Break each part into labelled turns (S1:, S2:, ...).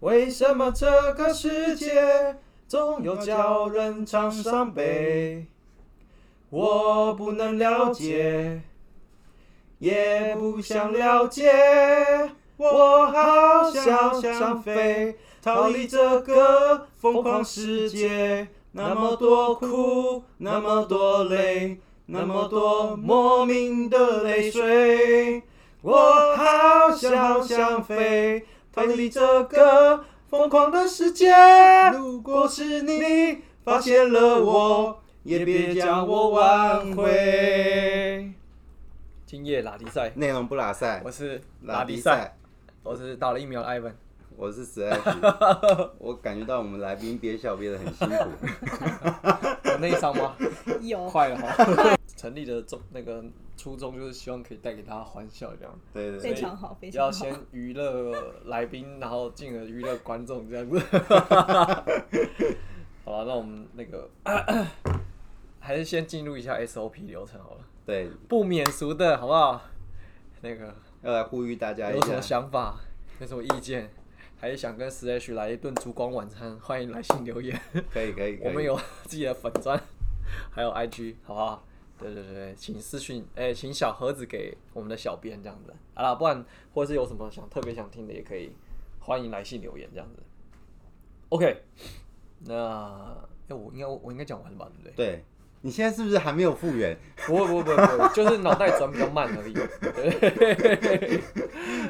S1: 为什么这个世界总有叫人常伤悲？我不能了解，也不想了解。我好想想飞，逃离这个疯狂世界。那么多苦，那么多累，那么多莫名的泪水。我好想想飞，逃离这个疯狂的世界。如果是你发现了我，也别将我挽回。
S2: 今夜拉力赛，
S3: 内容不拉塞
S2: 我，是
S3: 拉
S2: 拉
S3: 比
S2: 力
S3: 赛
S2: 赛，，我是打了疫苗的艾文。
S3: 我是史 爱子。我感觉到我们来宾憋笑憋得很辛 苦。
S2: 有内伤 吗？
S4: 有
S2: 快了哈！成立的中那个初衷就是希望可以带给大家欢笑，这样
S3: 对对
S4: 非
S3: 对，
S4: 常好，非常
S2: 要
S4: 好。
S2: 先娱乐来宾，然后进而娱乐观众，这样子。 好了，那我们那个 还是先进入一下 SOP 流程好了，
S3: 对，
S2: 不免俗的好不好？那个
S3: 要来呼吁大
S4: 哎
S3: 家一
S2: 有什么
S3: 下。
S2: 想法，有什么意见，还是想跟 SH 来一顿烛光晚餐，欢迎来信留言。
S3: 可以可以可以。
S2: 我们有自己的粉砖， 还有 IG，好不好？对对对，请私讯，哎、请小盒子给我们的小编这样子。好啦，不然或者是有什么想特别想听的，也可以欢迎来信留言这样子。OK，那哎、我应该我应该讲完了吧，对不对？
S3: 对，你现在是不是还没有复原？
S2: 不会不会不会不会，就是脑袋转比较慢而已。对，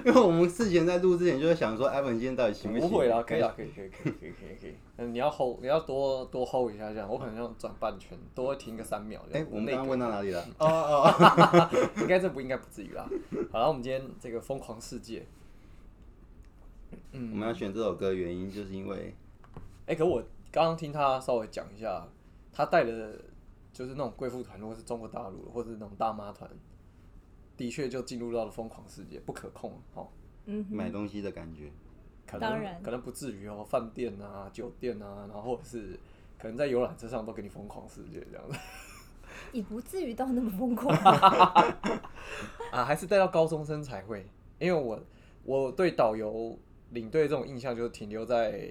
S3: 因为我们事前在录之前就在想说，艾哎文今天到底行行？
S2: 不会啦，可以
S3: 啊。
S2: 啦，可以可以可以可以可以可以。嗯，你要 hold，你要多多 hold 一下这样，我可能要转半圈，多停个三秒这
S3: 哎、
S2: 样。
S3: 我们刚刚
S2: 内
S3: 问
S2: 梗
S3: 到哪里了？
S2: 哦哦， 应该这不应该不至于啦。好了，我们今天这个疯狂世界，嗯
S3: 我们要选这首歌的原因就是因为，
S2: 哎、可我刚刚听他稍微讲一下，他带的就是那种贵妇团，或是中国大陆的，或是那种大妈团，的确就进入到了疯狂世界，不可控哦。
S4: 嗯哼，
S3: 买东西的感觉。
S2: 可能
S4: 当然
S2: 可能不至于哦，饭店啊、酒店啊，然后或者是可能在游览车上都给你疯狂世界这样子
S4: 也不至于到那么疯 狂吧。
S2: 啊，还是带到高中生才会，因为我我对导游领队这种印象就是停留在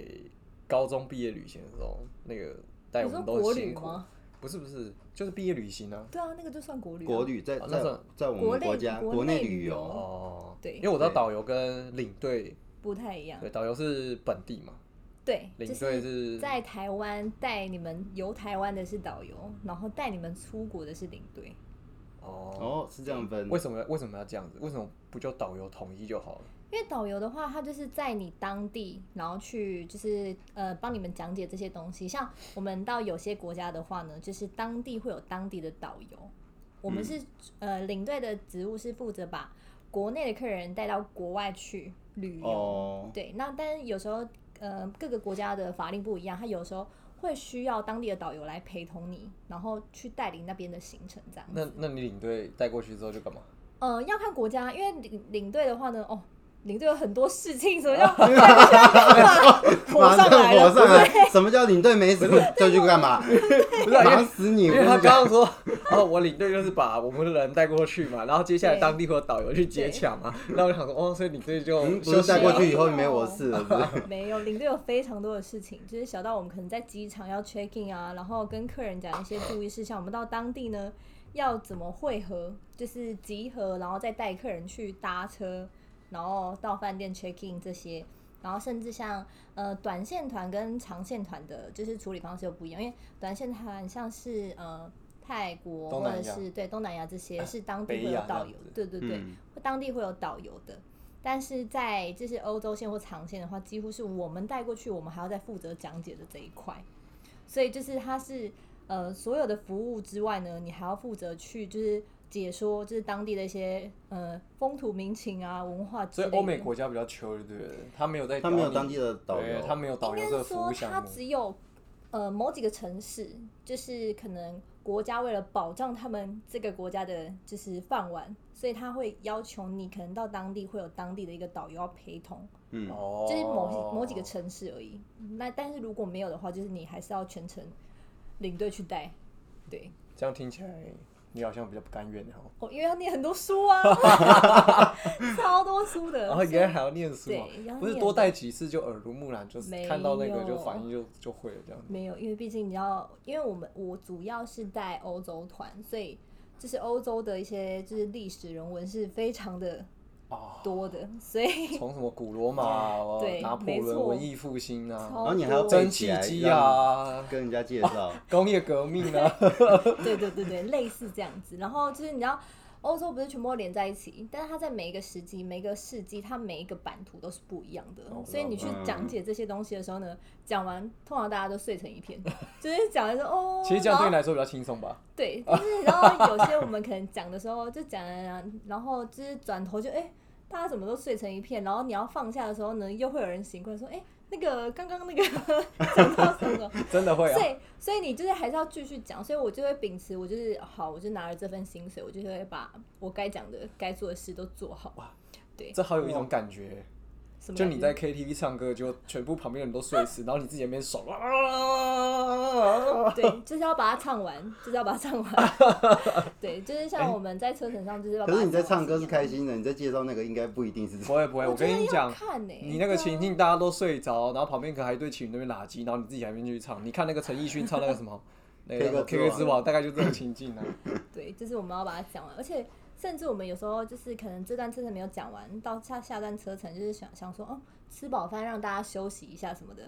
S2: 高中毕业旅行的时候，那个带
S4: 你
S2: 我
S4: 说
S2: 们都很
S4: 国旅
S2: 辛苦，
S4: 吗？
S2: 不是不是，就是毕业旅行啊。
S4: 对啊，那个就算国旅啊。
S3: 国旅在
S2: 哦那
S3: 在
S2: 时候
S3: 在我
S4: 国
S3: 们
S4: 内
S3: 国家
S4: 国
S3: 国内
S4: 内
S3: 旅
S4: 旅游
S3: 游，
S2: 哦，
S4: 对
S2: 因为我知道
S3: 对
S2: 导游跟领队，
S4: 不太一样
S2: 对，。导游是本地嘛，
S4: 对，
S2: 领
S4: 就
S2: 队
S4: 是
S2: 是
S4: 在台湾带你们游台湾的是导游，然后带你们出国的是领队。
S2: 哦，
S3: 哦，是这样分
S2: 为。什么为什么要这样子？为什么不就导游统一就好了？
S4: 因为导游的话，他就是在你当地，然后去就是呃帮你们讲解这些东西。像我们到有些国家的话呢，就是当地会有当地的导游，我们是、呃领队的职务是负责把国内的客人带到国外去旅游。
S3: 哦，
S4: 对，那但是有时候呃各个国家的法令不一样，他有时候会需要当地的导游来陪同你，然后去带领那边的行程这样。
S2: 那那你领队带过去之后就干嘛？
S4: 呃，要看国家，因为领领队的话呢，哦，领队有很多事情，什么叫 带过去干嘛？火
S3: 啊 马
S4: 上
S3: 上
S4: 来
S3: 火
S4: 了，
S3: 上来！什么叫领队没死？叫去干嘛？
S2: 不是啊、因为
S3: 忙死你！
S2: 因
S3: 我
S2: 为
S3: 跟
S2: 他
S3: 你讲，
S2: 刚刚说，哦，我领队就是把我们的人带过去嘛，然后接下来
S4: 对
S2: 当地会有导游去接洽嘛，那我就想说，哦，所以领队就
S3: 嗯不
S2: 休
S3: 是
S2: 息
S3: 带过
S2: 了。
S3: 去以后没我事了，不
S2: 啊
S3: 是？
S4: 没有，领队有非常多的事情，就是小到我们可能在机场要 check in 啊，然后跟客人讲一些注意事项。我们到当地呢，要怎么汇合，就是集合，然后再带客人去搭车，然后到饭店 check in 这些。然后甚至像呃短线团跟长线团的，就是处理方式又不一样，因为短线团像是呃泰国
S2: 东
S4: 或
S2: 南
S4: 者
S2: 亚啊
S4: 是对东南亚这些是当地
S2: 北
S4: 会有
S2: 亚这
S4: 导
S2: 样
S4: 游
S2: 子，
S4: 对对对，
S3: 嗯，
S4: 当地会有导游的，但是在就是欧洲线或长线的话，几乎是我们带过去，我们还要再负责讲解的这一块，所以就是它是呃所有的服务之外呢，你还要负责去就是解说就是当地的一些呃风土民情啊、文化之
S2: 所以
S4: 类的。
S2: 欧美国家比较求，对不对？他没有在
S3: 他
S2: 搞
S3: 没有
S2: 你
S3: 当地的导
S2: 对
S3: 游，
S2: 他没有导
S4: 应
S2: 游这
S4: 该是
S2: 个服
S4: 说
S2: 务
S4: 它
S2: 项目。
S4: 只有呃某几个城市，就是可能国家为了保障他们这个国家的就是饭碗，所以他会要求你可能到当地会有当地的一个导游要陪同，
S3: 嗯，
S2: 哦，
S4: 就是某些某几个城市而已。那但是如果没有的话，就是你还是要全程领队去带。对，
S2: 这样听起来你好像比较不甘愿 哦。
S4: 我、因为要念很多 书啊，超多书的。
S2: 然后
S4: 所以
S2: 哦原来还要念书嘛哦
S4: 对要，
S2: 不是
S4: 念
S2: 多
S4: 的
S2: 带几次就耳濡目染，就是
S4: 没
S2: 看到那个就
S4: 有
S2: 反应就就会了这样子。
S4: 没有，因为毕竟你要，因为我们我主要是带欧洲团，所以就是欧洲的一些就是历史人文是非常的
S2: 啊，
S4: 多的，所以
S2: 从什么古罗马啊、
S4: 对
S2: 拿破
S4: 没
S2: 仑、
S4: 错
S2: 文艺复兴啊、
S4: 超
S3: 然后你还要
S4: 多
S3: 背
S2: 蒸
S3: 起
S2: 汽
S3: 来
S2: 机
S3: 让
S2: 啊、
S3: 跟人家介绍，
S2: 工业革命 啊，
S4: 对对对对，类似这样子。然后就是你知道，欧洲不是全部都连在一起，但是它在每一个时期、每一个世纪，它每一个版图都是不一样的。
S2: 哦
S4: 所以你去
S3: 嗯
S4: 讲解这些东西的时候呢，讲完通常大家都碎成一片，就是讲完说哦，
S2: 其实这样对
S4: 然
S2: 你
S4: 后
S2: 来说比较轻松吧？
S4: 对，就是然后有些我们可能讲的时候就讲了讲，然后就是转头就哎、大家怎么都碎成一片，然后你要放下的时候呢，又会有人醒过来说哎。那个刚刚那 个讲到什么？
S2: 真的 会啊
S4: 所，以，所以你就是还是要继续讲，所以我就会秉持，我就是好，我就拿了这份薪水，我就会把我该讲的、该做的事都做好。对，
S2: 这好有一种感觉，
S4: 什么
S2: 就
S4: 感
S2: 你
S4: 觉
S2: 在 KTV 唱歌，就全部旁边人都睡 死，然后你自己在那边爽啊，
S4: 对，就是要把它唱完， 就是要把它唱完。对，就是
S2: 哎
S4: 像我们在车程上，就是要把
S3: 可
S4: 它
S3: 是你在唱
S4: 完
S3: 歌
S4: 一
S3: 是
S4: 样
S3: 开，心的，你在介绍那个应该不一 定是
S2: 不会不会，我
S4: 觉
S2: 跟
S4: 得
S2: 你
S4: 要
S2: 讲，
S4: 看呢、
S2: 你那个
S4: 对啊
S2: 情境大家都睡着，然后旁边可能还一堆情侣那边垃圾，然后你自己还没去唱。你看那个陈奕迅唱那个什么，那个
S3: K
S2: 什
S3: 歌之王
S2: 么 K 歌之王，大概就这种情境啊。
S4: 对，就是我们要把它讲完，而且甚至我们有时候就是可能这段车程没有讲完，到下下段车程就是想想说，哦，吃饱饭让大家休息一下什么的，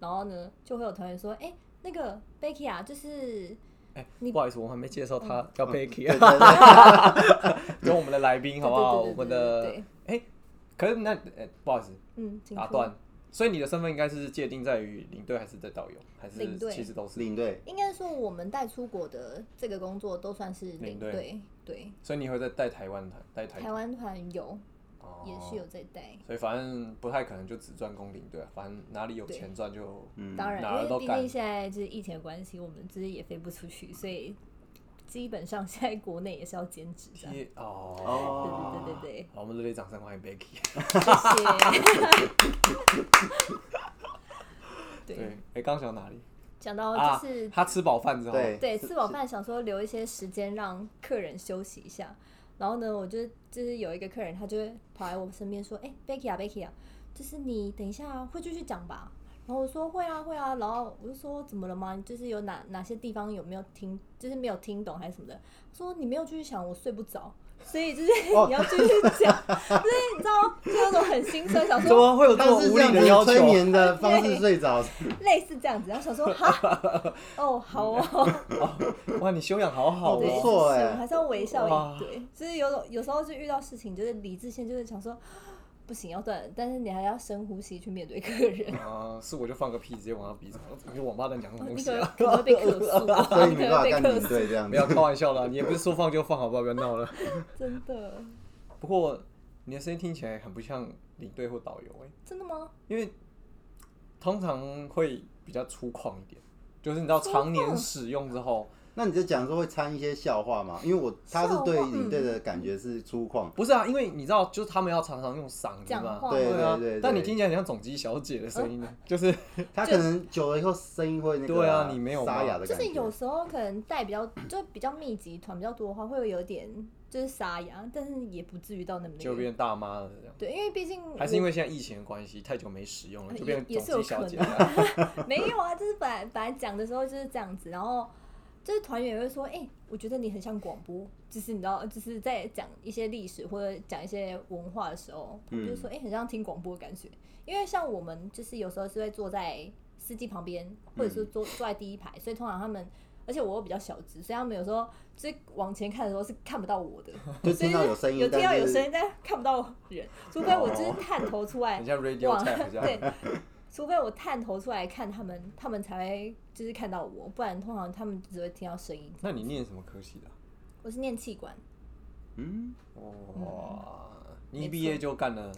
S4: 然后呢，就会有团员说，哎、那个 Becky 啊，就是
S2: 哎
S4: 你嗯
S2: 不好意思，我还没介绍他叫 Becky，
S3: 对对对
S2: 跟我们的来宾好不好？
S4: 对
S2: 我
S4: 对对
S2: 们
S4: 对对
S2: 的
S4: 对，
S2: 哎，可是那哎不好意思
S4: 嗯，请
S2: 打
S4: 说
S2: 断，，所以你的身份应该是界定在于领队还是在导游，还是
S4: 领队
S2: 其实都是。
S3: 领 队，
S4: 应该说我们带出国的这个工作都算是
S2: 领
S4: 领
S2: 队
S4: 队，对，
S2: 所以你会在带台湾团，带台
S4: 台湾团有
S2: 哦
S4: 也是有在带。
S2: 所以反正不太可能就只专攻领队啊，反正哪里有钱赚就
S3: 嗯，
S4: 当
S2: 哪儿
S4: 然，因
S2: 都
S4: 为毕
S2: 干
S4: 竟现在就是疫情的关系，我们就是也飞不出去，所以基本上现在国内也是要兼职的。
S2: 贴哦
S3: 哦
S4: 对对对对对
S2: 好，我们热烈掌声欢迎 Becky。
S4: 谢 谢。
S2: 对，哎
S4: 对，、
S2: 刚讲哪里？
S4: 讲到就是、
S2: 啊、他吃饱饭之后，
S3: 对
S4: 对吃饱饭，想说留一些时间让客人休息一下。然后呢，我就就是有一个客人，他就会跑来我身边说：“哎、b e c k y 啊，Becky 啊，就是你等一下啊会继续讲吧。”然后我说：“会啊，会啊。”然后我就说：“怎么了吗？就是有哪哪些地方有没有听，就是没有听懂还是什么的？”说：“你没有继续讲，我睡不着。”所以就是 你要继续讲，就是你知道，就有种很心酸，想
S2: 怎
S4: 说
S2: 么会有这
S3: 他
S2: 么
S3: 是这
S2: 无理
S3: 样
S2: 的要
S3: 子
S2: 求？
S3: 催眠的方式睡着，
S4: 类似这样子，然后想说哈， 哦，好哦，
S2: 哇，你修养好好
S3: 不
S4: 对，
S2: 哦。
S3: 错
S4: 是
S3: 哎
S4: 我还是要微笑
S2: 哇
S4: 以对。就是有种有时候就遇到事情，就是理智线就是想说不行要断，但是你还要深呼吸去面对 客人，
S2: 啊，是我就放个屁，直接往他鼻子，我跟王八蛋讲什么东
S4: 哦你
S2: 西
S4: 可能
S2: 啊？
S4: 可能会被客诉，
S3: 所以你
S4: 你可
S3: 没办
S4: 能会
S3: 法
S4: 被
S3: 干
S4: 客
S3: 领
S4: 诉，
S3: 队这样
S2: 没有
S3: 子。
S2: 开玩笑啦，你也不是说放就放，好不好？不要闹了。
S4: 真的，
S2: 不过你的声音听起来很不像领队或导游哎、
S4: 真的吗？
S2: 因为通常会比较粗犷一点，就是你知道
S4: 粗犷
S2: 常年使用之后，
S3: 那你在讲说会掺一些笑话吗？因为我他是对
S4: 笑话
S3: 领队的感觉是粗犷，
S2: 不是啊，因为你知道，就是他们要常常用嗓子
S4: 讲
S2: 嘛，
S4: 话
S3: 对
S2: 啊。
S3: 对对
S2: 但你
S3: 对
S2: 听起来很像总机小姐的声音 呢，就是
S3: 他可能久了以后声音会那个
S2: 对啊你没有吗
S3: 沙哑的
S4: 就
S3: 感
S4: 是
S3: 觉，
S4: 有时候可能带比较就比较密集团比较多的话，会有点就是沙哑，但是也不至于到那么那
S2: 就
S4: 个。
S2: 变大妈了这样。
S4: 对，因为毕竟
S2: 还是因
S4: 我
S2: 为现在疫情的关系，太久没使用了，
S4: 也
S2: 就变
S4: 哎也
S2: 成
S4: 是有
S2: 总机
S4: 可
S2: 小姐
S4: 能
S2: 了。
S4: 没有啊，就是本来本来讲的时候就是这样子，然后就是团员也会说，哎、我觉得你很像广播，就是你知道，就是在讲一些历史或者讲一些文化的时候，
S3: 嗯
S4: 就是说，哎、很像听广播的感觉。因为像我们就是有时候是会坐在司机旁边，或者是
S3: 嗯
S4: 坐坐在第一排，所以通常他们。而且我又比较小只，所以他们有时候就是往前看的时候是看不到我 的，
S3: 就
S4: 所以
S3: 听到有声音，
S4: 有听到有声
S3: 但是，哦
S4: 音但看不到人，除非我就是探头出 来
S2: 很， 像 radio
S4: 哇
S2: tap 这样。
S4: 对，除非我探头出来看他们，他们才会就是看到我，不然通常他们只会听到声音。
S2: 那你念什么科系的啊？哦
S4: 我是念气管，
S3: 嗯，
S2: 哇，你一
S4: 嗯没
S2: 毕业
S4: 错
S2: 就干了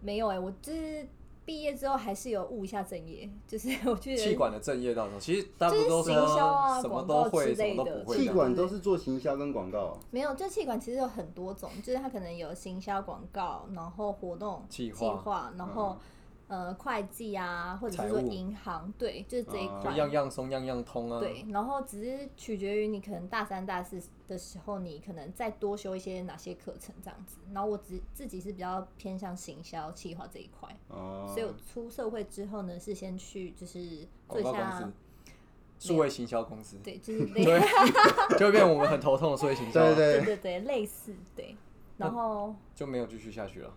S4: 没有哎、我就是毕业之后还是有悟一下正业，就是我去
S2: 气管的正业到什么？其实大部
S4: 就
S2: 分
S4: 是
S2: 都
S4: 行销啊
S2: 什么
S4: 广
S2: 都
S4: 告
S2: 会，
S4: 之
S2: 什么
S4: 类
S2: 都
S4: 的
S2: 不会这
S3: 气
S2: 样。
S3: 管都是做行销跟广告，
S4: 没有，就气管其实有很多种，就是它可能有行销广告，然后活动
S2: 计划嗯
S4: 划，然后、呃会计啊，或者是
S2: 财
S4: 说
S2: 务
S4: 银行，对，就是这一
S3: 哦
S2: 就
S4: 块。
S2: 样样松，样样通啊。
S4: 对，然后只是取决于你可能大三、大四的时候，你可能再多修一些哪些课程这样子。然后我只自己是比较偏向行销、企划这一块，
S3: 哦
S4: 所以我出社会之后呢，是先去就是做
S2: 广
S4: 一
S2: 告公司
S4: 下，，
S2: 数位行销公司，
S4: 对， 就是类
S2: 对， 就会变我们很头痛的数位行销
S3: 对
S2: 啊，
S3: 对
S4: 对对对，类似对。然后
S2: 就没有继续下去了。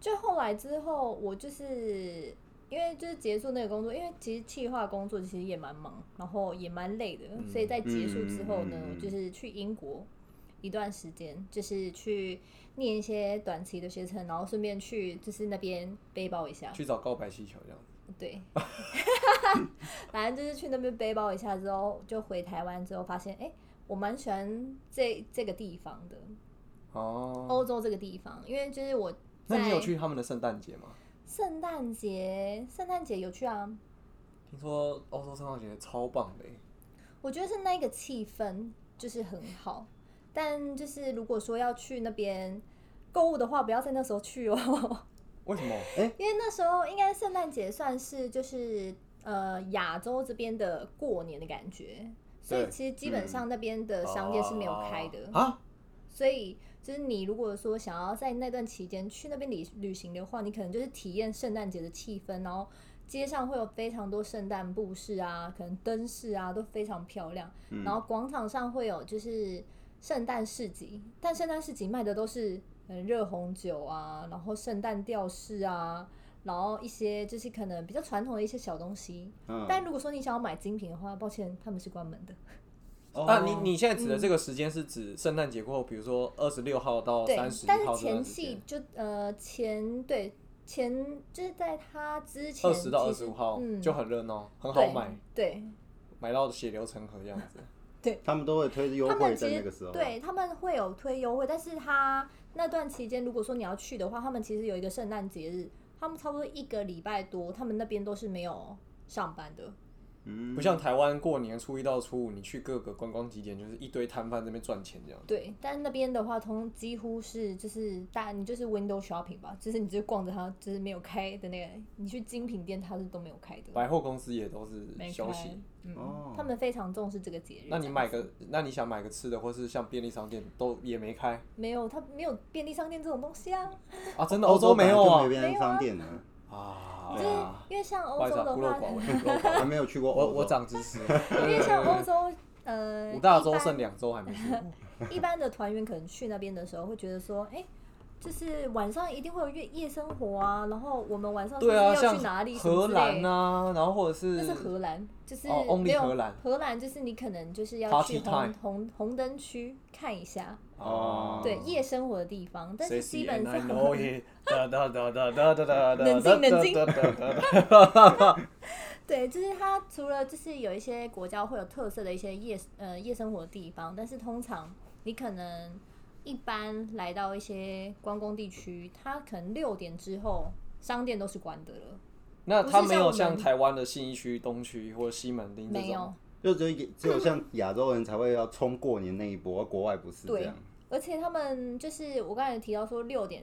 S4: 就后来之后，我就是因为就是结束那个工作，因为其实企划工作其实也蛮忙，然后也蛮累的，所以在结束之后呢，
S3: 嗯嗯嗯嗯嗯
S4: 就是去英国一段时间，就是去念一些短期的学程，然后顺便去就是那边背包一下，
S2: 去找告白气球这样。
S4: 对， 反正就是去那边背包一下之后，就回台湾之后发现，哎、我蛮喜欢这这个地方的，
S3: 嗯
S2: 哦，
S4: 欧洲这个地方，因为就是我
S2: 那你有
S4: 在
S2: 去他们的圣诞节吗？
S4: 圣诞节，圣诞节有趣啊！
S2: 听说欧洲圣诞节超棒的耶，欸
S4: 我觉得是那个气氛就是很好，但就是如果说要去那边购物的话，不要在那时候去哦，
S2: 为什么？
S4: 因为那时候应该圣诞节算是就是呃亚洲这边的过年的感觉，所以
S2: 对嗯
S4: 其实基本上那边的商店是没有开的，
S2: 啊？
S4: 所以。就是你如果说想要在那段期间去那边旅旅行的话，你可能就是体验圣诞节的气氛，然后街上会有非常多圣诞布饰啊，可能灯饰啊都非常漂亮。
S3: 嗯
S4: 然后广场上会有就是圣诞市集，但圣诞市集卖的都是嗯热红酒啊，然后圣诞吊饰啊，然后一些就是可能比较传统的一些小东西。
S3: 嗯
S4: 但如果说你想要买精品的话，抱歉，他们是关门的。
S3: 哦
S2: 啊，你你现在指的这个时间是指圣诞节过后，比如说二十六号到
S4: 嗯对
S2: 哦三十，一
S4: 但是
S2: 号这
S4: 前
S2: 段时
S4: 戏
S2: 间，
S4: 就呃前对前就是在他之前
S2: 二十到二
S4: 其
S2: 十
S4: 实
S2: 五号
S4: 嗯
S2: 就很热闹，很好买，
S4: 对。
S2: 买到血流成河这样子。
S3: 他们都会推优
S4: 他
S3: 惠
S4: 们
S3: 在
S4: 其
S3: 那
S4: 实
S3: 个时候，，啊
S4: 对他们会有推优惠，但是他那段期间，如果说你要去的话，他们其实有一个圣诞节日，他们差不多一个礼拜多，他们那边都是没有上班的。
S3: 嗯，
S2: 不像台湾过年初一到初五，你去各个观光景点就是一堆摊贩在那边赚钱这样。
S4: 对，但那边的话，通几乎是就是大，你就是 window shopping 吧，就是你就逛着它，就是没有开的那个，你去精品店它是都没有开的，
S2: 百货公司也都是
S4: 没
S2: 休
S4: 开
S2: 息。。
S4: 嗯，
S3: 哦
S4: 他们非常重视这个节日。
S2: 那
S4: 这
S2: 你
S4: 样
S2: 买
S4: 子
S2: 个，那你想买个吃的，或是像便利商店都也没开
S4: 没有？他没有便利商店这种东西啊。
S2: 啊？真的欧洲没有
S3: 哦本来就
S2: 啊？
S3: 没有便利商店的，
S2: 啊，
S4: 就是因为像
S2: 不好
S4: 欧
S2: 意思
S4: 洲
S2: 啊，
S4: 的
S2: 孤陋
S4: 话，
S2: 寡闻， 孤陋寡
S3: 还没有去过
S2: 闻。我
S3: 欧
S2: 我
S3: 洲，
S2: 长知识了，
S4: 因为像欧洲，呃，
S2: 五大
S4: 一
S2: 洲
S4: 般
S2: 剩两周还没 去过。
S4: 一般的团员可能去那边的时候，会觉得说，哎、就是晚上一定会有夜夜生活啊，然后我们晚上是不
S2: 对
S4: 是
S2: 啊，
S4: 要
S2: 像
S4: 去哪里？什么
S2: 荷
S4: 之
S2: 兰
S4: 类
S2: 啊，然后或者
S4: 那是
S2: 是
S4: 荷兰，就是
S2: 哦，only
S4: 没有
S2: 荷兰
S4: 荷兰就是你可能就是要
S2: Party
S4: 去红
S2: time
S4: 红红灯区看一下，
S2: 哦，
S4: 对夜生活的地方，但是基本
S2: Sexy and I
S4: 上
S2: know it，哒哒哒哒哒哒哒哒，
S4: 冷静冷静
S2: 哒哒哒哒
S4: 对，就是它除了就是有一些国家会有特色的一些夜呃夜生活的地方，但是通常你可能一般来到一些观光地区，它可能六点之后商店都是关的了，
S2: 那
S4: 不
S2: 它
S4: 是
S2: 没
S4: 像
S2: 有
S4: 我
S2: 像
S4: 们
S2: 台湾的信义区、东区或者西门町这
S4: 没有
S2: 种，。
S3: 就只有只有像亚洲人才会要冲过年那一波，国外不是这 样，
S4: 而且他们就是我刚才有提到说六点，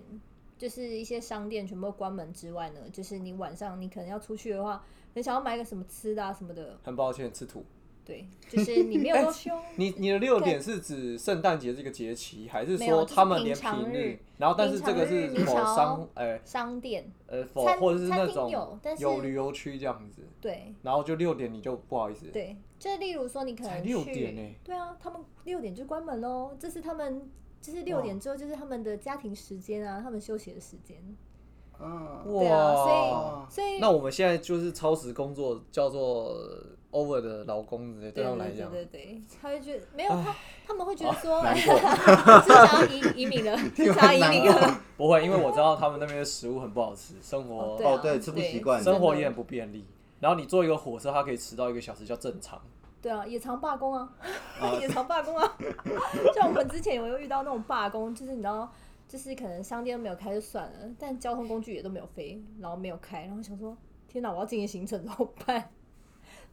S4: 就是一些商店全部关门之外呢，就是你晚上你可能要出去的话，你想要买个什么吃的啊什么的，
S2: 很抱歉，吃土。
S4: 对，就是你没有都凶。
S2: 你你的六点是指圣诞节这个节期，还是
S4: 没有
S2: 说
S4: 就是
S2: 他们连
S4: 平常
S2: 平日
S4: 日？
S2: 然后，但是这个
S4: 平
S2: 是
S4: 常日你
S2: 否
S4: 想要
S2: 商呃
S4: 商店
S2: 呃否
S4: 餐
S2: 或者是那
S4: 餐厅有
S2: 种
S4: 但是
S2: 有旅游区这样子，
S4: 对
S2: 然后就六点你就不好意思。
S4: 对，啊就是例如说你可
S2: 才
S4: 能
S2: 六
S4: 去，
S2: 点欸
S4: 对啊，他们六点就关门喽，这是他们就是六
S2: 哇
S4: 点之后就是他们的家庭时间啊，他们休息的时间。
S3: 嗯，
S4: 对啊所以
S2: 哇
S4: 所以
S2: 那我们现在就是超时工作，叫做 over 的劳工之类，对
S4: 对
S2: 他们
S4: 对
S2: 来
S4: 对
S2: 讲，哦
S4: 对对，他会觉得没有他，他们会觉得说， 是想要移移 民了，是想要移民了，
S2: 不会，因为我知道他们那边的食物很不好吃，生活
S4: 哦对啊
S3: 哦对吃不习惯
S2: 生活
S4: 真的
S2: 也很不便利。然后你坐一个火车，它可以迟到一个小时，叫正常。
S4: 对啊，也常罢工啊， 也常罢工啊。像我们之前有没有遇到那种罢工，就是你知道，就是可能商店都没有开就算了，但交通工具也都没有飞，然后没有开，然后想说，天哪，我要进行行程怎么办？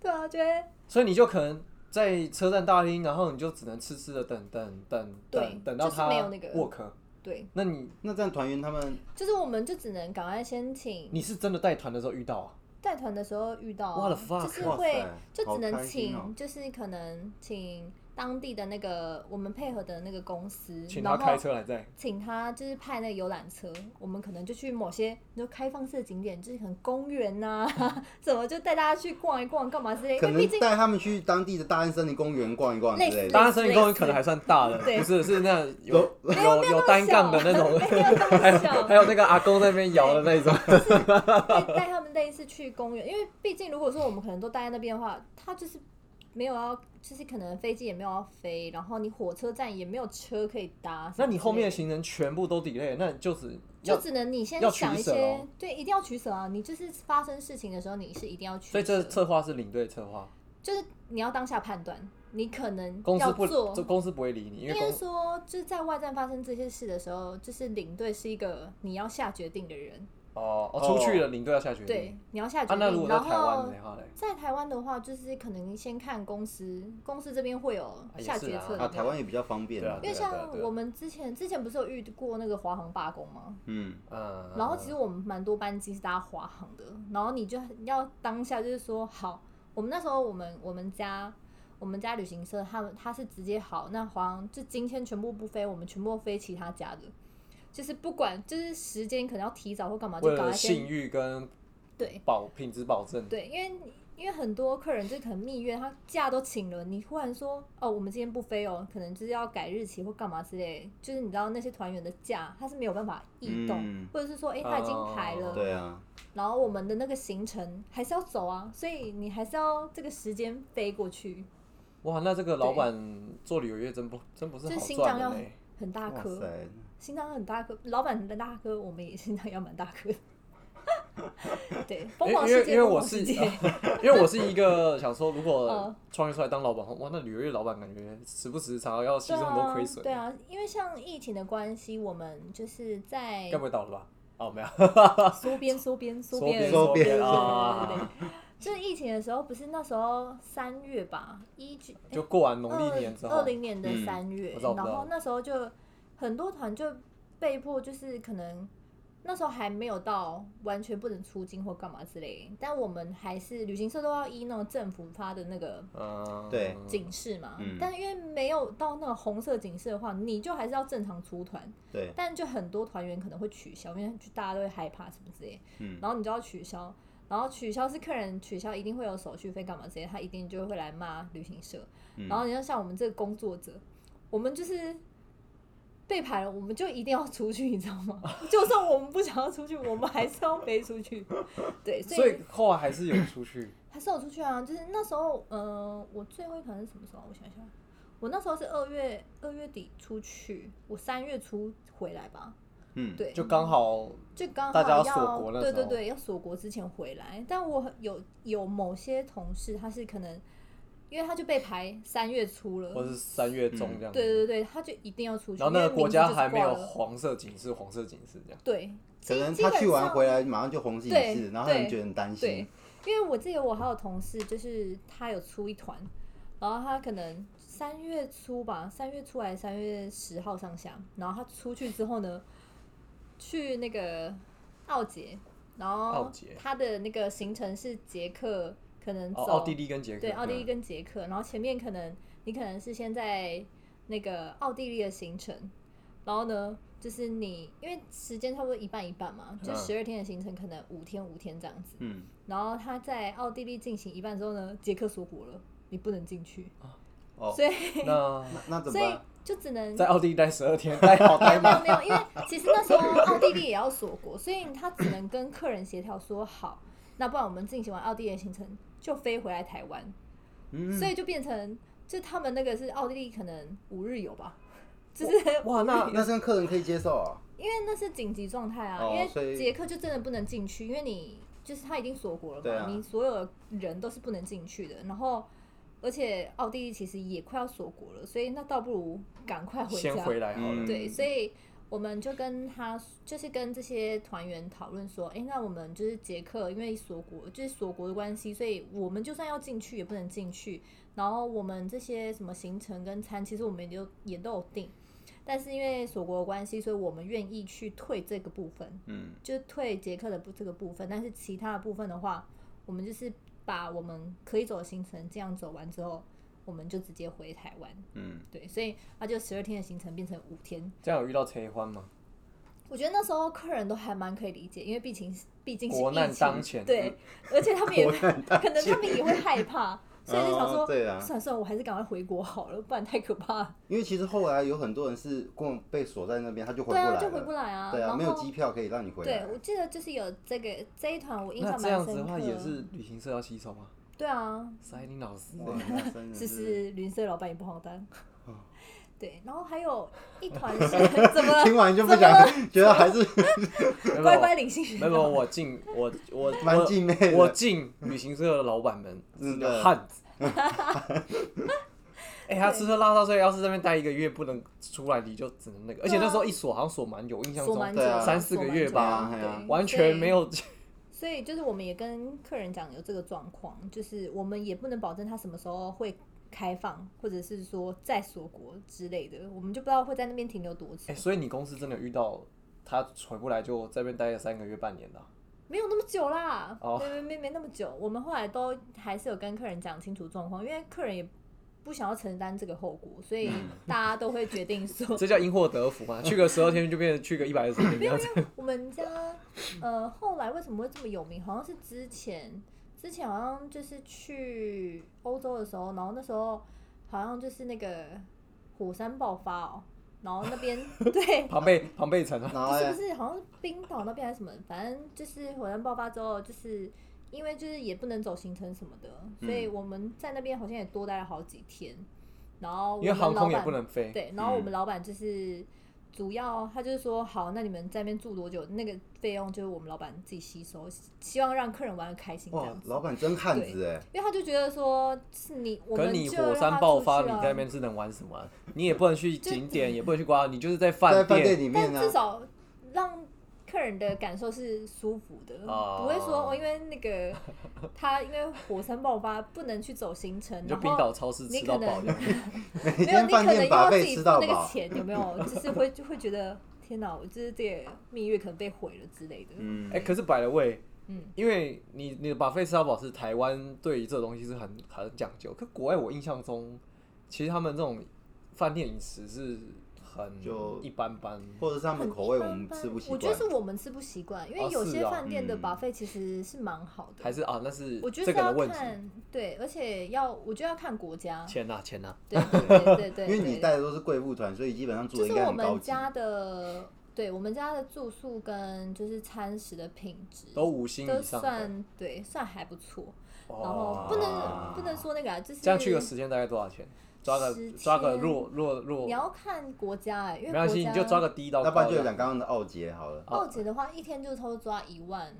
S4: 对啊，觉得
S2: 所以你就可能在车站大厅，然后你就只能痴痴的等等等
S4: 对
S2: 等，等到
S4: 就是
S2: 他
S4: 没有那个
S2: work，
S4: 对，
S2: 那你
S3: 那这样团员他们
S4: 就是我们就只能赶快先请
S2: 你是真的带团的时候遇到啊？
S4: 带团的时候遇到啊，
S2: What the fuck，
S4: 就是
S3: 哇
S4: 会
S3: 塞
S4: 就只
S3: 好
S4: 能
S3: 开心哦
S4: 请，就是可能请当地的那个我们配合的那个公司，
S2: 请他
S4: 然
S2: 开
S4: 后
S2: 车来载，
S4: 请他就是派那个游览车，我们可能就去某些就开放式的景点，就是可能公园 呐、怎么就带大家去逛一逛，干嘛之类。
S3: 可
S4: 哎因
S3: 能
S4: 为毕竟
S3: 带他们去当地的大安森林公园逛一逛之类
S4: 类似
S3: 的。
S2: 当然森林公园可能还算大的，
S4: 对
S2: 不是是那样有有有单杠的那种，
S4: 没有那么 小，
S2: 还有那个阿公在那边摇的那 种。
S4: 带带他们类似去 公园，因为毕竟如果说我们可能都待在那边的话，他就是没有要，就是可能飞机也没有要飞，然后你火车站也没有车可以搭。
S2: 那你后面的
S4: 什么
S2: 行程全部都 delay，那就是
S4: 之类
S2: 要
S4: 的就，只能你先
S2: 要
S4: 想一
S2: 取舍
S4: 些
S2: 咯，
S4: 对，一定要取舍啊！你就是发生事情的时候，你是一定要取舍。
S2: 所以这策划是领队策划，
S4: 就是你要当下判断，你可能
S2: 公司
S4: 要
S2: 不
S4: 做
S2: 这。公司不会理你，因
S4: 应
S2: 为
S4: 该
S2: 公
S4: 是说，就是在外站发生这些事的时候，就是领队是一个你要下决定的人，
S2: 哦哦出去了，领队要下决
S4: 对
S2: 定。，
S4: 你要下决
S2: 啊，那如果
S4: 定。
S2: 在
S4: 然
S2: 台湾
S4: 后
S2: 的话嘞，
S4: 在台湾的话，就是可能先看公司，公司这边会有
S2: 也
S4: 下
S2: 是
S4: 决
S2: 啊
S4: 策的
S3: 啊，
S4: 嘛。
S3: 台湾也比较方便啊
S2: 对啊对
S4: 因为
S2: 啊
S4: 像
S2: 对啊
S4: 我们之前之前不是有遇过那个华航罢工吗？
S3: 嗯，
S2: 嗯，
S4: 然后其实我们蛮多班机是搭华航的，然后你就要当下就是说好，我们那时候我们我们家我们家旅行社他们他是直接好，那华航就今天全部不飞，我们全部飞其他家的，就是不管就是时间可能要提早或干嘛，就
S2: 嗯为
S4: 赶
S2: 了
S4: 快
S2: 信
S4: 先
S2: 誉跟
S4: 对
S2: 保品质保证，
S4: 对，因为因为很多客人就可能蜜月他假都请了，你忽然说哦我们今天不飞哦，可能就是要改日期或干嘛之类，就是你知道那些团员的假他是没有办法异动，
S3: 嗯
S4: 或者是说哎、他已经排了。
S2: 哦
S3: 对啊，
S4: 然后我们的那个行程还是要走啊，所以你还是要这个时间飞过去，
S2: 哇，那这个老板做旅游业真不真不是
S4: 就是
S2: 好
S4: 心
S2: 赚
S4: 脏
S2: 的
S4: 要
S2: 嘞。
S4: 很大
S3: 哇
S4: 颗，
S3: 塞，
S4: 心脏很大颗，老板的大颗，我们也心脏要蛮大颗 的。对，疯狂
S2: 因为
S4: 世界，
S2: 因为
S4: 疯
S2: 我
S4: 狂
S2: 是啊
S4: 世界，
S2: 因为我是一个想说，如果
S4: 嗯
S2: 创业出来当老板，哇，那旅游业老板感觉时不时常常要吸
S4: 对
S2: 收很多
S4: 啊
S2: 亏，损，
S4: 对啊，因为像疫情的关系，我们就是在
S2: 该不会倒了吧？哦，没有，
S4: 缩编、缩编、缩
S2: 边
S4: 编、
S3: 缩边
S2: 边
S4: 对
S2: 啊，
S4: 对对对，对就是疫情的时候，不是那时候三月吧，一九哎
S2: 就过完农历年之
S4: 二
S2: 后，
S4: 零年的
S3: 嗯
S4: 三月、
S2: 我知道我
S4: 然
S2: 知道
S4: 后那时候就很多团就被迫就是可能那时候还没有到完全不能出境或干嘛之类，但我们还是旅行社都要依那种政府发的那个
S2: 嗯，
S3: 对
S4: 警示嘛、
S3: 嗯
S4: 但是因为没有到那个红色警示的话，你就还是要正常出团，
S3: 对，
S4: 但就很多团员可能会取消，因为就大家都会害怕什么之类，
S3: 嗯，
S4: 然后你就要取消，然后取消是客人取消一定会有手续费干嘛之类，他一定就会来骂旅行社。
S3: 嗯
S4: 然后你要像我们这个工作者，我们就是被排了，我们就一定要出去，你知道吗？ 就算我们不想要出去，我们还是要飞出去。对，所
S2: 所
S4: 以
S2: 以后来还是有出去，
S4: 还是有出去啊。就是那时候，呃，我最后一团是什么时候啊？我想想，我那时候是二月二月底出去，我三月初回来吧。
S3: 嗯，
S4: 对，
S2: 就刚好
S4: 就刚好
S2: 大家要锁国那时
S4: 对
S2: 候
S4: 对对，要锁国之前回来。但我很有有某些同事，他是可能因为他就被排三月初了，
S2: 或是三月中这样，
S4: 对对对，他就一定要出去，
S2: 然后那
S4: 因
S2: 个
S4: 为
S2: 国
S4: 名字就
S2: 家
S4: 是
S2: 还没有
S4: 挂了
S2: 黄色警示，黄色警示这样，
S4: 对，
S3: 可
S4: 基
S3: 能
S4: 基
S3: 他
S4: 本
S3: 去完
S4: 上
S3: 回来马上就红警
S4: 对
S3: 示，然后他
S4: 对
S3: 们觉得很
S2: 嗯
S3: 担心
S4: 对。，因为我记得我还有同事，就是他有出一团，然后他可能三月初吧，三月初还是三月十号上下，然后他出去之后呢，去那个奥捷，然
S2: 奥
S4: 后
S2: 捷
S4: 他的那个行程是捷克，可能
S2: 哦，
S4: 走
S2: 奥地利跟捷克，
S4: 对，奥地利
S2: 嗯
S4: 跟捷克，然后前面可能你可能是先在那个奥地利的行程，然后呢，就是你因为时间差不多一半一半嘛，就
S2: 嗯
S4: 十二天的行程可能五天五天这样子，
S3: 嗯，
S4: 然后他在奥地利进行一半之后呢，捷克锁国了，你不能进去，
S3: 哦，
S4: 所以
S2: 嗯那
S3: 那那怎么
S4: 所以
S3: 办？
S4: 就只能
S2: 在奥地利待十二 天，待好
S4: 没
S2: 待
S4: 有没有没有，因为其实那时候奥地利也要锁国，所以他只能跟客人协调说好，那不然我们进行完奥地利的行程就飞回来台湾，
S3: 嗯
S4: 所以就变成就他们那个是奥地利可能五日游吧，就是
S2: 哇，那
S3: 那这样客人可以接受啊？
S4: 因为那是紧急状态啊，
S3: 哦
S4: 因
S3: 所
S4: 为
S3: 以
S4: 捷克就真的不能进去，因为你就是他已经锁国了
S3: 对
S4: 嘛，
S3: 啊
S4: 你所有人都是不能进去的，然后。而且奥地利其实也快要锁国了，所以那倒不如赶快回家。
S2: 先回来好了
S3: 嗯，
S4: 对，所以我们就跟他就是跟这些团员讨论说，诶，那我们就是捷克，因为锁国就是锁国的关系，所以我们就算要进去也不能进去。然后我们这些什么行程跟餐，其实我们也都也都有定。但是因为锁国的关系，所以我们愿意去退这个部分，
S3: 嗯，
S4: 就退捷克的部这个部分。但是其他的部分的话，我们就是把我们可以走的行程这样走完之后，我们就直接回台湾。
S3: 嗯，
S4: 对，所以它就十二天的行程变成五天。
S2: 这样有遇到拆欢吗？
S4: 我觉得那时候客人都还蛮可以理解，因为毕竟是毕竟是
S2: 国难
S4: 疫情
S2: 当前嗯
S4: 对，而且他们也可能他们也会害怕，所以就想说，
S3: 哦对啊
S4: 算了算了，我还是赶快回国好了，不然太可怕了。
S3: 因为其实后来有很多人是光被锁在那边，他就回不
S4: 对
S3: 来
S4: 啊，
S3: 了，
S4: 就回不来啊。
S3: 对啊，
S4: 然
S3: 没有
S4: 后
S3: 机票可以让你回
S4: 对
S3: 来，。
S4: 我记得就是有这个这一团，我印
S2: 啊那
S4: 象
S2: 这
S4: 蛮
S2: 样
S4: 深
S2: 子
S4: 刻。
S2: 的话，也是旅行社要洗手吗？
S4: 对啊，
S2: 塞你脑子！
S3: 哇，那真
S2: 嗯
S3: 的
S4: 就是是旅行社老板也不好当。
S2: 哦
S4: 对，然后还有 一团是 怎 么
S3: 听
S4: 了？
S3: 完就不想，觉得还是
S2: 没有
S4: 乖乖领薪水
S2: 没有，没有我敬我我
S3: 蛮敬佩的
S2: 我我敬旅行社的老板们是
S3: 真
S2: 个
S3: 的
S2: 汉 子。哎、他吃喝拉撒睡，要是这边待一个月不能出来，你就只能那个。而且那时候一锁好像锁蛮久，我印象
S4: 锁
S2: 中
S4: 蛮久
S3: 对啊
S4: 的，
S2: 三四
S4: 锁
S2: 个
S4: 蛮
S2: 月
S4: 久
S2: 吧
S4: 的
S3: 对啊
S4: 对
S2: 完全没
S4: 所以
S2: 有。
S4: 所以就是我们也跟客人讲有这个状况，就是我们也不能保证他什么时候会开放，或者是说再锁国之类的，我们就不知道会在那边停留多久，
S2: 哎、所以你公司真的遇到他回不来就在这边待了三个月半年的啊、
S4: 没有那么久啦，
S2: 哦
S4: 没没没没那么久。我们后来都还是有跟客人讲清楚状况，因为客人也不想要承担这个后果，所以大家都会决定说，
S2: 这叫因祸得福嘛？去个十二天就变成去个一百二十天这样子。
S4: 我们家呃后来为什么会这么有名？好像是之前之前好像就是去欧洲的时候，然后那时候好像就是那个火山爆发哦，然后那 边对。
S2: 庞贝庞贝城啊，
S3: 然
S4: 不
S3: 后哎
S4: 是
S3: 嘞
S4: 不是，好像是冰岛那边还是什么，反正就是火山爆发之后，就是因为就是也不能走行程什么的，所以
S2: 嗯
S4: 我们在那边好像也多待了好几天。然后我
S2: 因为
S4: 们
S2: 航
S4: 老
S2: 空也
S4: 板
S2: 不能飞。
S4: 对，然后我们老板就是主要他就是说，好，那你们在那边住多久？那个费用就是我们老板自己吸收，希望让客人玩的开心这
S3: 哇
S4: 样，子。
S3: 老板真汉子哎，
S4: 因为他就觉得说，是你我
S2: 可是
S4: 们
S2: 你
S4: 就
S2: 火
S4: 让
S2: 山
S4: 他
S2: 爆
S4: 出
S2: 发，
S4: 去
S2: 你
S4: 啊
S2: 在那边是能玩什么啊？你也不能去景点，也不能去瓜，你就是在
S3: 在
S2: 饭
S3: 饭店里面啊
S4: 但
S3: 呢
S4: 至，少让客人的感受是舒服的，
S2: 哦
S4: 不会说哦，因为那个他因为火山爆发不能去走行程，
S2: 你就
S4: 然
S2: 冰
S4: 后
S2: 岛超市
S4: 你
S2: 吃
S4: 可
S2: 到饱
S4: 能
S2: 这样。
S3: 每
S4: 没
S3: 天
S4: 有你可
S3: 饭
S4: 能又
S3: 店
S4: 要
S3: 把
S4: 自
S3: 费
S4: 己
S3: 吃
S4: 付
S3: 到
S4: 那个
S3: 饱，
S4: 钱，有没 有？就是会就会觉得天哪，我就是这个蜜月可能被毁了之类的。
S3: 嗯
S2: 哎、，可是摆了位，
S4: 嗯
S2: 因为你你的把费吃到饱是台湾对于这东西是很很讲究，可国外我印象中，其实他们这种饭店饮食是很
S3: 就
S2: 一般般。
S3: 或者是他们口味我们吃不习
S4: 我
S3: 惯，
S4: 觉得是我们吃不习惯，因
S2: 哦
S4: 为有
S2: 是
S4: 些
S2: 哦
S4: 饭店的
S3: 嗯
S4: buffet 其实是蛮好的，
S2: 还是啊，那是
S4: 我觉
S2: 这
S4: 得是
S2: 个的
S4: 要
S2: 问题。
S4: 看对，而且要我觉得要看国家，
S2: 钱呐、钱呐、
S4: 对对对对对对，
S3: 因为你带的都是贵妇团，所以基本上住
S4: 就
S3: 的
S4: 是
S3: 应该
S4: 我
S3: 很高
S4: 们
S3: 级。
S4: 家的，对我们家的住宿跟就是餐食的品质
S2: 都五星
S4: 都
S2: 以上的。
S4: 算对，算还不错。然
S2: 哦
S4: 后不能不能说那个啊，就是
S2: 这样去个时间大概多少钱？抓个
S4: 十
S2: 抓个
S4: 天
S2: 弱弱弱，
S4: 你要看国家哎，因为
S2: 没
S4: 国
S2: 关系，
S4: 家
S2: 你就抓个哦低到高
S3: 要不然就
S2: 这样
S3: 讲刚刚的奥杰好了，
S4: 奥姐的话，一天就差不多抓一万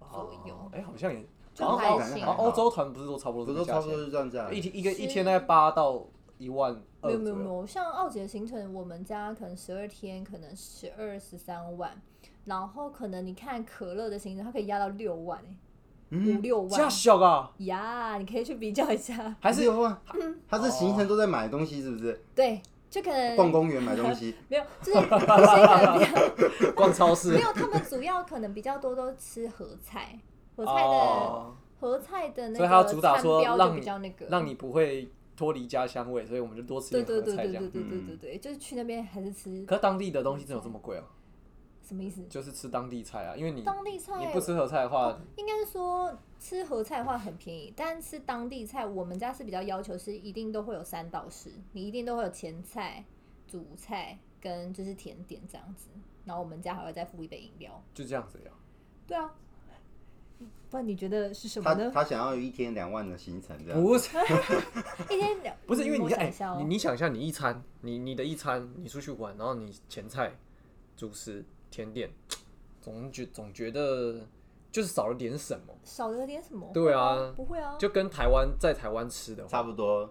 S4: 左右
S2: 哦哎、好像也，
S4: 就
S2: 好像
S4: 还
S2: 欧
S4: 行啊
S2: 好像哦欧洲团不是都差不多
S3: 不
S2: 这
S3: 都
S2: 个价
S3: 差不
S2: 钱
S3: 多是这样价
S2: 一。天一个
S4: 是
S2: 一天大概八到一万哎二
S4: 没有
S2: 左
S4: 没有没
S2: 右。
S4: 有，像奥姐的行程，我们家可能十二天，可能十二十三万，然后可能你看可乐的行程，它可以压到六万哎、五
S3: 嗯，
S4: 六
S2: 这样
S4: 万
S2: 小啊？
S4: 呀你可以去比较一下，
S2: 还是
S3: 有啊，
S4: 嗯
S3: 他是行程都在买东西，是不是？
S4: 对，就可能
S3: 逛公园买东 西，
S4: 没有，就是有些可能比较
S2: 逛超市
S4: 没？有，他们主要可能比较多都吃合菜，合菜的
S2: 哦，
S4: 合菜的那
S2: 所以他要
S4: 个
S2: 主打
S4: 餐
S2: 说
S4: 标就
S2: 让
S4: 比
S2: 你
S4: 较那个，
S2: 让你不会脱离家乡味，所以我们就多吃
S4: 对
S2: 点
S4: 对
S2: 合
S4: 对
S2: 菜
S4: 对
S2: 这
S4: 对
S2: 样。
S4: 对对
S3: 嗯
S4: 对对，就是去那边还是吃
S2: 可当地的东西真有这么贵哦？
S4: 什么意思？
S2: 就是吃当地菜啊，因为你
S4: 当地菜哦
S2: 你不吃合菜的话，
S4: 应该是说吃合菜的话很便宜，但吃当地菜，我们家是比较要求是一定都会有三道式，你一定都会有前菜、主菜跟就是甜点这样子，然后我们家还会再附一杯饮料。
S2: 就这样子呀。
S4: 对啊，不然你觉得是什么
S3: 他
S4: 呢？
S3: 他想要一天两万的行程这样。
S2: 不是
S4: 一天两
S2: 不是，因为
S4: 嗯
S2: 你
S4: 我
S2: 看，
S4: 想
S2: 哎
S4: 一下、哦
S2: 你你想一下，你一餐，你你的一餐，你出去玩，然后你前菜、主食、甜点，总觉总觉得就是少了点什么。
S4: 少了点什么？
S2: 对啊，
S4: 不会啊，
S2: 就跟台湾在台湾吃的话
S3: 差不多。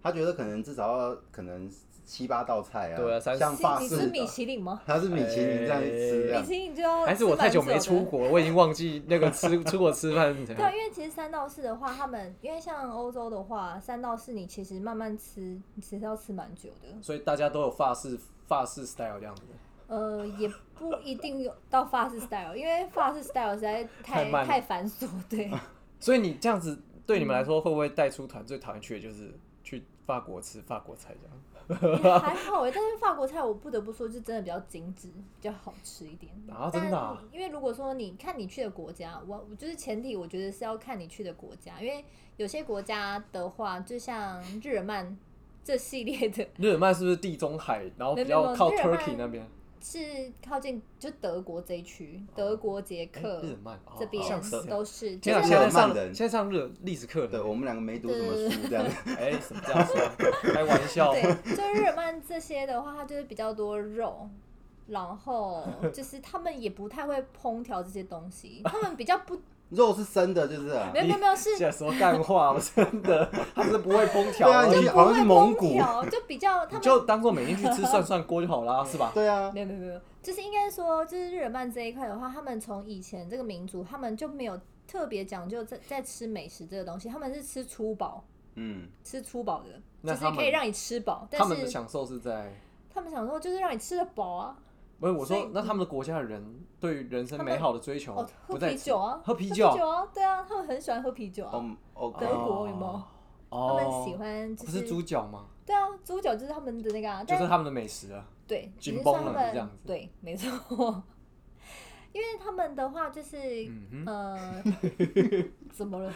S3: 他觉得可能至少要可能七八道菜啊，
S2: 对啊三哎
S3: 像
S4: 是
S3: 法
S4: 你
S3: 式
S4: 是
S3: 的，
S4: 米其林吗？
S3: 他是米其林这样吃这
S4: 米
S3: 样，
S4: 其林就要
S2: 啊还是我太久没
S4: 吃蛮
S2: 出
S4: 的。
S2: 国了，我已经忘记那个吃 出国吃饭是怎
S4: 对啊，
S2: 样。
S4: 因为其实三到四的话，他们因为像欧洲的话，三到四你其实慢慢吃，你其实要吃蛮久的。
S2: 所以大家都有法式法式 style 这样子的？
S4: 呃，也不一定有到法式 style，因为法式 style 实在太
S2: 太慢了
S4: 繁琐， 对，
S2: 所以你这样子对你们来说，会不会带出团最讨厌去的就是去法国吃法国菜这样？
S4: 也还好哎。但是法国菜我不得不说，就真的比较精致，比较好吃一点。
S2: 啊
S4: 但
S2: 真的啊
S4: 因为如果说你看你去的国家，我我就是前提，我觉得是要看你去的国家，因为有些国家的话，就像日耳曼这系列的，
S2: 日耳曼是不是地中海，然后比
S4: 没有没
S2: 较
S4: 有
S2: 靠
S4: 日耳曼
S2: Turkey 那边？
S4: 是靠近就德国这一区，德国、捷
S2: 哎
S4: 克
S2: 日耳曼哦
S4: 这边
S2: 好像是
S4: 都是。
S2: 天啊，
S4: 就是
S2: 现
S3: 日
S2: 在
S3: 耳
S2: 上
S3: 曼人
S2: 现在上日历史课了。
S3: 对我们两个没读什么书，这样
S2: 哎，什么这样说？开玩笑。
S4: 对，就日耳曼这些的话，它就是比较多肉，然后就是他们也不太会烹调这些 东西，他们比较不，
S3: 肉是生的，就是啊
S4: 没有没有没有是
S2: 这什么干话？我真的，他是不会烹调
S3: 对啊，
S2: 啊，
S3: 你
S2: 你
S3: 去
S4: 不
S3: 好像
S4: 会
S3: 是蒙
S4: 烹
S3: 古，
S4: 调，就比较他
S2: 你
S4: 们
S2: 就当做每天去吃涮涮锅就好 啦，是吧？
S3: 对啊，
S4: 没有没有没有，就是应该说，就是日耳曼这一块的话，他们从以前这个民族，他们就没有特别讲究在在吃美食这个东西，他们是吃粗饱，
S3: 嗯，
S4: 吃粗饱的，
S2: 那
S4: 就是
S2: 他们
S4: 可以让你吃饱，但
S2: 他们的
S4: 是
S2: 享受是在，
S4: 他们想说就是让你吃得饱啊，
S2: 不是我
S4: 所
S2: 说
S4: 以，
S2: 那他们的国家的人对于人生
S4: 他们
S2: 美好的追求
S4: 哦，喝
S2: 不在
S4: 啤酒啊，
S2: 喝啤
S4: 酒
S2: 酒，
S4: 啊，对啊，他们很喜欢喝啤酒啊。
S3: 哦，OK，
S4: 德国有没有他
S2: 哦，
S4: 们喜欢就
S2: 不是猪脚吗？
S4: 对啊，猪脚就是他们的那个啊，
S2: 就
S4: 但
S2: 是他们的美食啊。
S4: 对，
S2: 紧
S4: 只是
S2: 绷
S4: 算他
S2: 了
S4: 们
S2: 这样子
S4: 对，没错。因为他们的话就是、
S2: 嗯
S4: 呃，怎么了？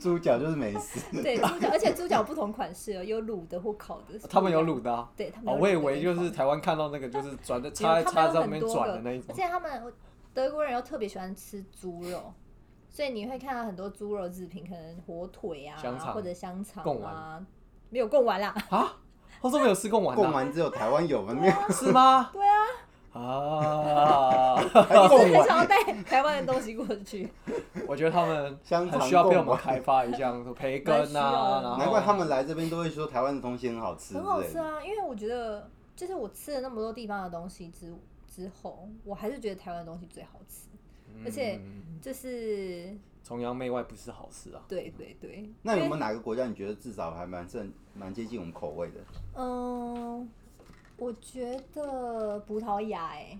S3: 猪脚就是美食，
S4: 对，猪脚，而且猪脚不同款式哦，有卤的或烤的。
S2: 哼，他们有卤的啊。
S4: 对他们
S2: 哦，
S4: 有卤的跟烤的，
S2: 我以为就是台湾看到那个就是转的插在
S4: 他们
S2: 插
S4: 有
S2: 在上
S4: 很
S2: 面
S4: 多
S2: 转
S4: 个
S2: 的那一
S4: 而
S2: 种，
S4: 且他们德国人又特别喜欢吃猪肉，所以你会看到很多猪肉制品，可能火腿啊，
S2: 香肠
S4: 或者香肠
S2: 贡
S4: 啊
S2: 丸，
S4: 没有贡 丸啦，
S2: 后面有吃贡丸的
S3: 贡
S2: 啊，
S3: 丸只有台湾有吗？没有，
S2: 是吗？
S4: 对啊，
S2: 啊，
S3: 还
S4: 我
S3: 贡
S4: 很
S3: 丸
S4: 想要带 台湾的东西过去。
S2: 我觉得他们
S3: 香肠
S2: 很需要被我
S3: 贡
S2: 们
S3: 丸
S2: 开发一下，说培根
S4: 蛮需要
S2: 啊，
S4: 的
S2: 然后
S3: 难怪他们来这边都会说台湾的东西很好吃之类
S4: 哦很
S3: 的，
S4: 好吃啊，因为我觉得就是我吃了那么多地方的东西之之后，我还是觉得台湾的东西最好吃，而且
S2: 嗯
S4: 就是
S2: 崇洋媚外不是好事啊。
S4: 对对对。
S3: 那有没
S4: 因
S3: 有
S4: 为
S3: 哪个国家你觉得至少还蛮正、蛮接近我们口味的？
S4: 嗯，我觉得葡萄牙哎、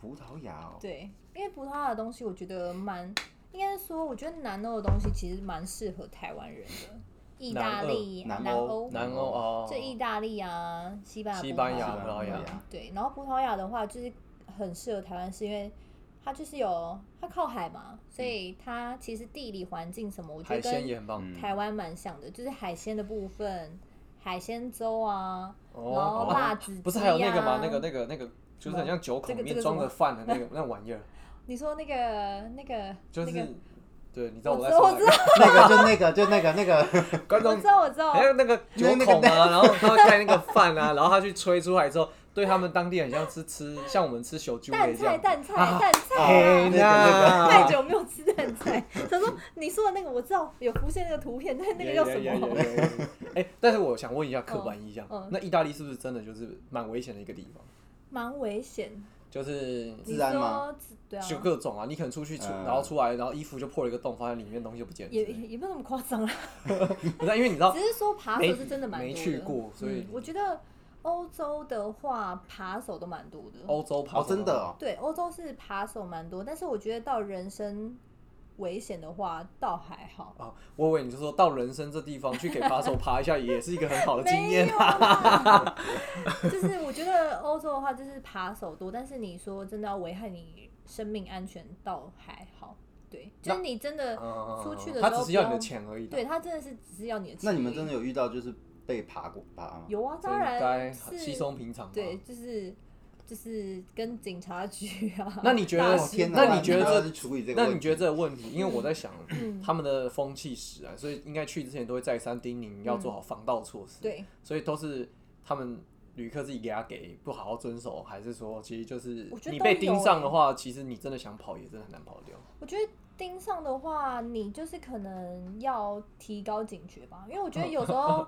S3: 葡萄牙哦，
S4: 对，因为葡萄牙的东西我觉得蛮，应该说我觉得南欧的东西其实蛮适合台湾人的，意大利、啊
S3: 南
S4: 南
S3: 欧
S2: 南欧哦，
S4: 就意大利啊、西班牙、
S2: 西班牙、
S3: 葡
S2: 葡
S3: 萄
S2: 萄
S3: 牙
S2: 牙，
S4: 对，然后葡萄牙的话就是很适合台湾，是因为它就是有它靠海嘛，所以它其实地理环境什么，我觉
S2: 嗯海
S4: 得
S2: 鲜
S4: 跟
S2: 也很棒。
S3: 嗯
S4: 台湾蛮像的，就是海鲜的部分，海鲜粥啊，然
S2: 哦
S4: 后，辣子鸡、啊
S2: 不是还有那个吗？那个那个那个，就是很像酒
S4: 这
S2: 孔
S4: 个
S2: 里
S4: 这
S2: 面
S4: 个
S2: 装
S4: 什
S2: 着
S4: 么
S2: 饭的那个那玩 意儿，
S4: 你说那个那个
S2: 就是
S4: 那个，
S2: 对，你知道
S4: 我
S2: 在
S4: 知道
S2: 说
S4: 我
S2: 哪个？
S3: 那个就那个就那个那 个，
S2: 观
S4: 我
S2: 众
S4: 知道我知道
S2: 还，有那个酒孔啊，然后他们盖那个饭啊，然后他去吹出来之后，对他们当地很像是吃，像我们吃小 酒
S4: 蛋
S2: 类这
S4: 菜
S2: 样。
S4: 蛋菜
S2: 啊
S4: 蛋菜
S2: 哎
S4: 啊。
S2: 呀，
S4: 太久没有吃蛋菜，他说你说的那个我知道有浮现那个图片，但那个叫什么？
S2: 么？ 哎，但是我想问一下刻板印象
S4: 嗯嗯，
S2: 那意大利是不是真的就是蛮危险的一个地方？
S4: 蛮危险。
S2: 就是
S4: 你
S3: 治安吗
S4: 说对啊，
S2: 就各种啊，你可能出去出，
S3: 嗯
S2: 然后出来，然后衣服就破了一个洞，发现里面东西就不见了之
S4: 也
S2: 类 的。
S4: 也没有那么夸张啦，
S2: 不是啊因为你知道
S4: 只是说扒
S2: 没
S4: 手是真的蛮多
S2: 没
S4: 的
S2: 去过，所以
S4: 嗯我觉得欧洲的话，扒手都蛮多的。
S2: 欧洲 跑
S3: 哦，真的哦，
S4: 对，欧洲是扒手蛮多，但是我觉得到人身危险的话，倒还好。
S2: 啊，我以为你就说到人生这地方去给扒手爬一下，也是一个很好的经
S4: 没
S2: 验
S4: 有。啦， 就是我觉得欧洲的话，就是扒手多，但是你说真的要危害你生命安全，倒还好。对，就是你真的
S2: 嗯
S4: 出去的时
S2: 他
S4: 候，
S2: 只是要你的，钱而已。
S4: 对，他真的是只是要你的钱而
S3: 那
S4: 已。
S3: 你们真的有遇到就是被爬过爬吗？
S4: 有啊？
S2: 这
S4: 当
S2: 应该
S4: 然
S2: 很
S4: 是
S2: 稀松平常吧。
S4: 对，就是就是跟警察局啊。
S2: 那你觉
S4: 大
S2: 得
S3: 哦天？哪，
S2: 那你觉
S3: 我要
S2: 得
S3: 是处理这个
S2: 这？那
S3: 问题？
S2: 你觉得这个问题？因为我在想，
S4: 嗯
S2: 他们的风气使然，所以应该去之前都会再三叮咛要做好防盗措施。，
S4: 嗯对，
S2: 所以都是他们旅客自己给他给不好好遵守，还是说其实就是
S4: 我觉得
S2: 你
S4: 都
S2: 被
S4: 有
S2: 盯
S4: 欸
S2: 上的话，其实你真的想跑也真的很难跑掉。
S4: 我觉得盯上的话，你就是可能要提高警觉吧，因为我觉得有时候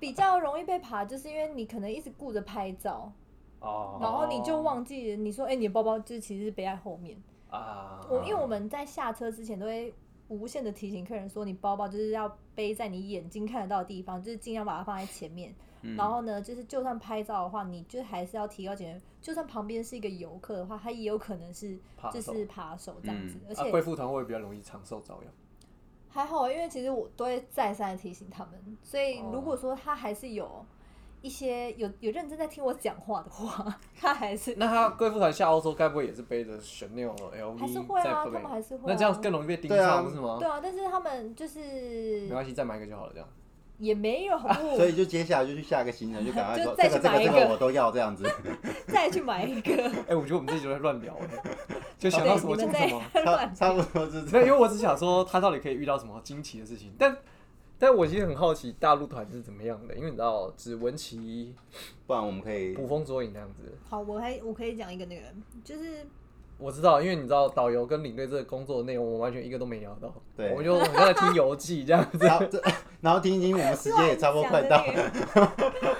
S4: 比较容易被爬，就是因为你可能一直顾着拍照，
S2: 哦
S4: 然后你就忘记你说，哎、你的包包就是其实是背在后面。
S2: 啊，
S4: 我因为我们在下车之前都会。无限的提醒客人说，你包包就是要背在你眼睛看得到的地方，就是尽量把它放在前面。
S2: 嗯
S4: 然后呢，就是就算拍照的话，你就还是要提高警觉。就算旁边是一个游客的话，他也有可能是
S2: 扒手
S4: 就是扒手这样子，而
S2: 啊
S4: 且
S2: 贵妇团会比较容易长寿遭殃。
S4: 还好，因为其实我都会再三的提醒他们，所以
S2: 哦
S4: 如果说他还是有一些有有认真在听我讲话的话， 他还是
S2: 那他贵妇团下欧洲，该不会也是背着 Chanel、
S4: 还是会
S2: LV 在
S4: 啊，
S2: 背？
S4: 他们还是会、啊。
S2: 那这样更容易被盯
S3: 对啊
S2: 上，不是吗
S4: 对？啊，但是他们就
S2: 没
S4: 是
S2: 关系，再啊买一个就好了，这样。
S4: 也没有
S3: 所以就接下来就去下一个行程，就赶快说
S4: 就再
S3: 这个
S4: 去
S3: 这个
S4: 买一
S3: 这
S4: 个
S3: 个我都要这 样子，
S4: 再去买一个。
S2: 哎、我觉得我们自己就在乱聊、哎就想到
S4: 对，
S2: 什么
S4: 你
S2: 讲什
S4: 们在
S2: 么。
S3: 差
S4: 乱
S3: 差不多是
S2: 没
S3: 这
S2: 有，
S3: 样。
S2: 因为我只想说他到底可以遇到什么惊奇的事情，但但我其实很好奇大陆团是怎么样的，因为你知道只闻其
S3: 不然我们可以
S2: 捕风捉影那样子。
S4: 好，我还我可以讲一个那个，就是
S2: 我知道，因为你知道导游跟领队这个工作的内容，我们完全一个都没聊到，
S3: 对
S2: 我们就很像在听游记这样子，
S3: 然后这 然后听一听，我们时间也差不多快到
S4: 乱讲的
S3: 了，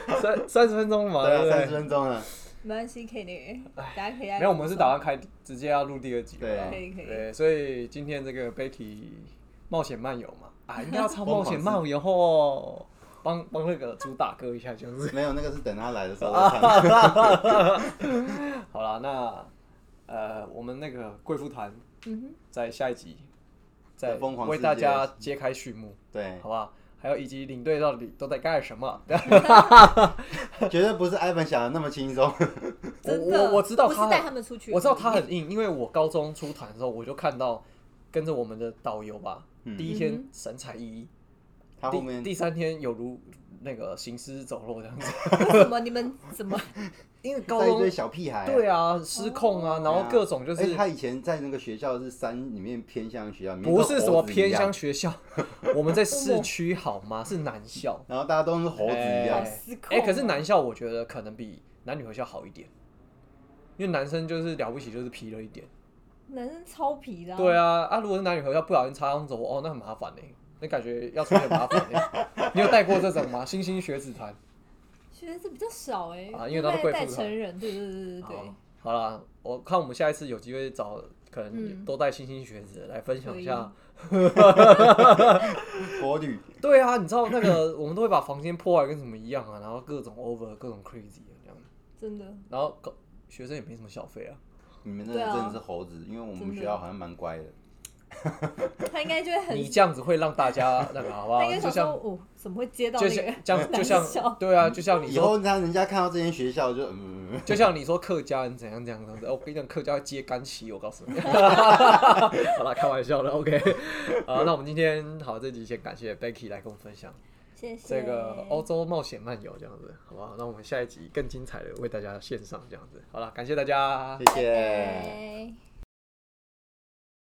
S4: 那个
S2: 三三十分钟嘛，
S3: 对
S2: 对
S3: 啊，
S2: 不
S3: 三十
S2: 对？
S3: 分钟了，
S4: 没关系，可以那个，大家可以来。
S2: 没有，我们是打算开直接要录第二集了，
S3: 对啊
S4: 可以可以。
S2: 对，所以今天这个 Becky 冒险漫游嘛， 啊，应该要唱
S3: 疯
S2: 冒
S3: 狂
S2: 险
S3: 自
S2: 漫游哦，帮帮那个主打歌一下，就是。
S3: 没有那个是等他来的时候再唱。
S2: 好啦，那呃，我们那个贵妇团
S4: 嗯
S2: 在下一集再
S3: 在疯狂
S2: 为
S3: 世界
S2: 大家揭开序幕，
S3: 对
S2: 好，不好？还有以及领队到底都在干什么？我
S3: 绝对不是艾文想的那么轻松。
S4: 哼，真的，
S2: 我我知道
S4: 不是
S2: 他
S4: 带
S2: 很，
S4: 他们出去，
S2: 我知道他很硬，因为我高中出团的时候，我就看到跟着我们的导游吧，
S3: 嗯
S2: 第一
S4: 嗯
S2: 天神采奕奕，
S3: 他后
S2: 第
S3: 面
S2: 第三天有如那个行尸走肉 这样子，
S4: 为什么你们怎么
S2: 因为高
S3: 带一
S2: 中
S3: 堆小屁孩，
S2: 对啊失控啊，然
S3: 对啊，
S2: 后各种就是
S3: 哎他以前在那个学校是山里面偏乡学校，里面
S2: 不是什么
S3: 跟猴子一样
S2: 偏乡，学校，我们在市区好吗？是男校，
S3: 然后大家都是猴子一
S2: 哎
S3: 样啊
S4: 好，失控
S2: 哎、
S4: 哦？
S2: 可是男校我觉得可能比男女合校好一点，因为男生就是了不起就是皮了一点。
S4: 男生超皮的，
S2: 对，啊，啊，如果是男女合校不小心擦枪走火，哦，那很麻烦呢、那感觉要出去很麻烦呢、 你有带过这种吗？星星学子团
S4: 学生比较少哎，
S2: 啊因为
S4: 都
S2: 他是
S4: 带
S2: 贵妇
S4: 带
S2: 团
S4: 成人，对对对对
S2: 好
S4: 对
S2: 好啦，我看我们下一次有机会找可
S4: 嗯
S2: 能多带星星学子来分享一下。
S3: 国旅
S2: 对啊，你知道那个 我们都会把房间破坏跟什么一样啊，然后各种 over 各种 crazy 这样。
S4: 对，真的。
S2: 然后搞学生也没什么小费 啊，
S3: 你们真的
S4: 对啊
S3: 真的是猴子，因为我
S4: 真
S3: 们
S4: 的
S3: 学校好像蛮乖的，
S4: 他应该就会
S2: 你
S4: 很，
S2: 这样子会让大家那个好不
S4: 他
S2: 好？
S4: 应该
S2: 就
S4: 想说，
S2: 像
S4: 哦，怎么会接到
S2: 就
S4: 那个
S2: 像？这样就
S4: 男校
S2: 像对啊，就像你
S3: 以
S2: 说
S3: 后让人家看到这间学校就嗯， 嗯嗯
S2: 就像你说客家人怎样怎样怎样，哦我跟你讲客家揭竿起义，我告诉 你。好啦，开玩笑的，OK。好，那我们今天好这集先感谢 Becky 来跟我们分享
S4: 谢谢
S2: 这个哦欧洲冒险漫游这样子，好不好？那我们下一集更精彩的为大家献上这样子。好了，感谢大家，
S3: 谢谢。
S2: 哎
S4: 拜拜